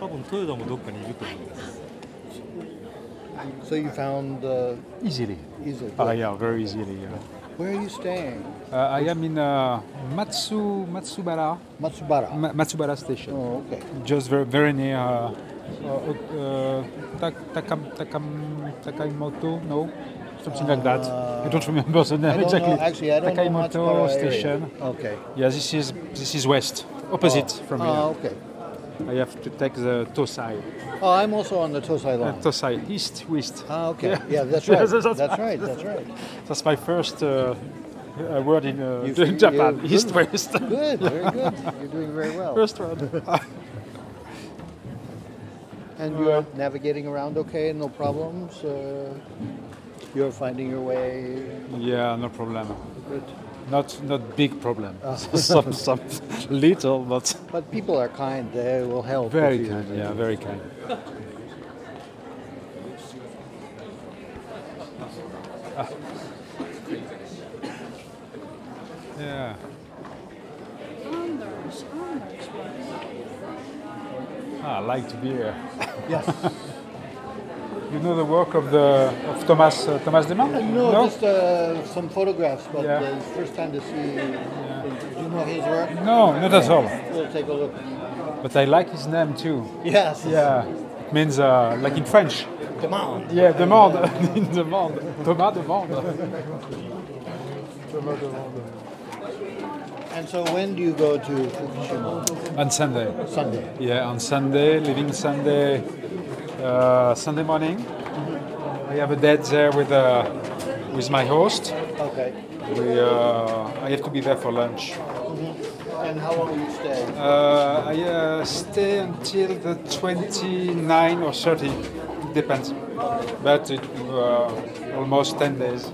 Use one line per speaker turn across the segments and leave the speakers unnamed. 多分トヨタもどっかにいると思います。
So you found uh,
Easily.
easily.
Ah, yeah, very easily. Yeah.
Where are you staying?
Uh, I am in uh, Matsu Matsubara
Matsubara.
Ma- Matsubara Station.
oh, okay.
just very, very near uh, uh, uh, Tak- Takam, Takam, Takaimoto, no, something like that. I don't remember the name
Uh, I don't
exactly.
know. Actually, I don't
Takaimoto
know Matsubara area.
station.
Okay.
Yeah, this is this is west, opposite from
Oh,
here.
okay.
I have to take the Tosai,
Oh, I'm also on the Tosai
uh,
line.
Tosai east west.
Ah, okay. Yeah, that's
Yeah,
right.
that's
that's,
right.
right. That's right.
That's my first uh, uh, word in uh,
You- you-
Japan.
good.
East west.
Good. Very good. You're doing very well.
first word.
And you are navigating around okay? No problems. Uh, you're finding your way.
yeah, no problem.
Good.
Not not big problem. some some little, but
But people are kind. They will help. if
very
you-
kind. Yeah, very kind. Ah. Yeah.
Anders, Anders was.
Ah, I liked beer.
Yes.
You know the work of the of Thomas uh, Thomas Demand?
No, just uh, some photographs. But
Yeah.
uh, first time to see. Do you know his work?
no, not at all.
We'll take a look.
But I like his name too.
Yes.
Yeah, it means uh, like in French.
Demand.
Yeah, demande. demande. Thomas demande.
And so, when do you go to Fukushima?
On Sunday.
Sunday.
Yeah, on Sunday, leaving Sunday, uh, Sunday morning. I have a date there with uh, with my host.
Okay.
We, uh, I have to be there for lunch.
Mm-hmm. And how long will you stay?
Uh, I uh, stay until the 29 or 30, it depends. But it, uh, almost 10 days.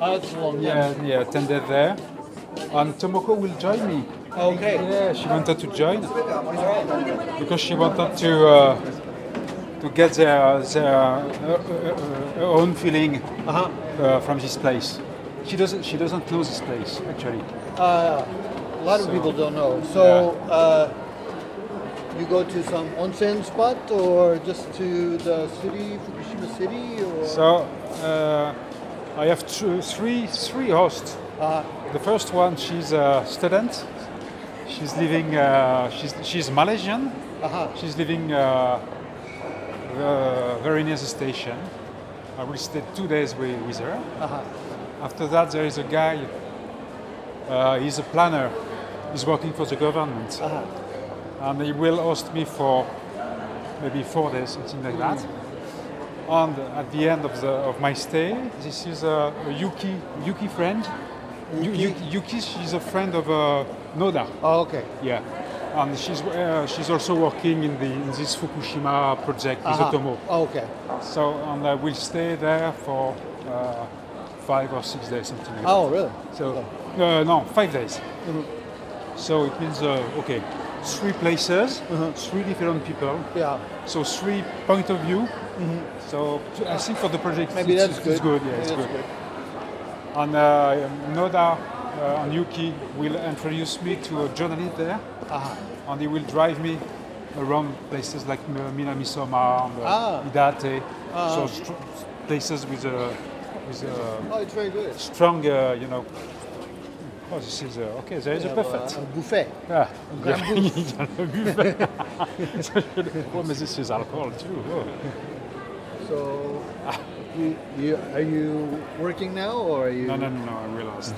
Oh, it's a long
Yeah, yeah, 10 days there. And Tomoko will join me.
Okay.
Yeah, she wanted to join because she wanted to uh, to get their, their uh, uh, uh, her own feeling uh, from this place. She doesn't she doesn't know this place actually.
Uh, a lot of people don't know. So, uh, you go to some onsen spot or just to the city, Fukushima city? Or?
So uh, I have two, three three hosts.
Uh,
The first one she's a student. She's living. Uh, she's she's Malaysian.
uh-huh.
She's living uh, uh, very near the station. I will stay two days with, with her.
Uh-huh.
After that, there is a guy. Uh, he's a planner. He's working for the government,
Uh-huh.
and he will host me for maybe four days, something like that.
Mm-hmm.
And at the end of the of my stay, this is a, a Yuki Yuki friend. Yu-
Yuki?
Yuki, Yuki, she's a friend of uh, Noda.
Oh, okay.
Yeah, and she's uh, she's also working in the in this Fukushima project with
Uh-huh.
Otomo.
Oh, okay.
So and I will stay there for uh, five or six days, something like
Oh, really?
that. So uh, no, five days. So it means uh, okay, three places,
Uh-huh.
three different people.
Yeah.
So three point of view. So t- I think for the project,
Mm-hmm. Maybe
it's,
that's
it's
good.
good. Yeah,
Maybe
it's
that's
good. And uh, Noda uh, and Yuki will introduce me to a journalist there
Uh-huh.
and he will drive me around places like Mi- Minamisoma and uh,
Ah.
Idate, so str- places with a with a
Oh, it's very good.
strong, uh, you know. Oh, this is uh, okay. There is a
Have
buffet.
A, a buffet.
Ah, yeah. Le buffet. oh, but this is alcohol too. Oh. Ah.
So, you, you, are you working now or are you?
No, no, no, no. I realized.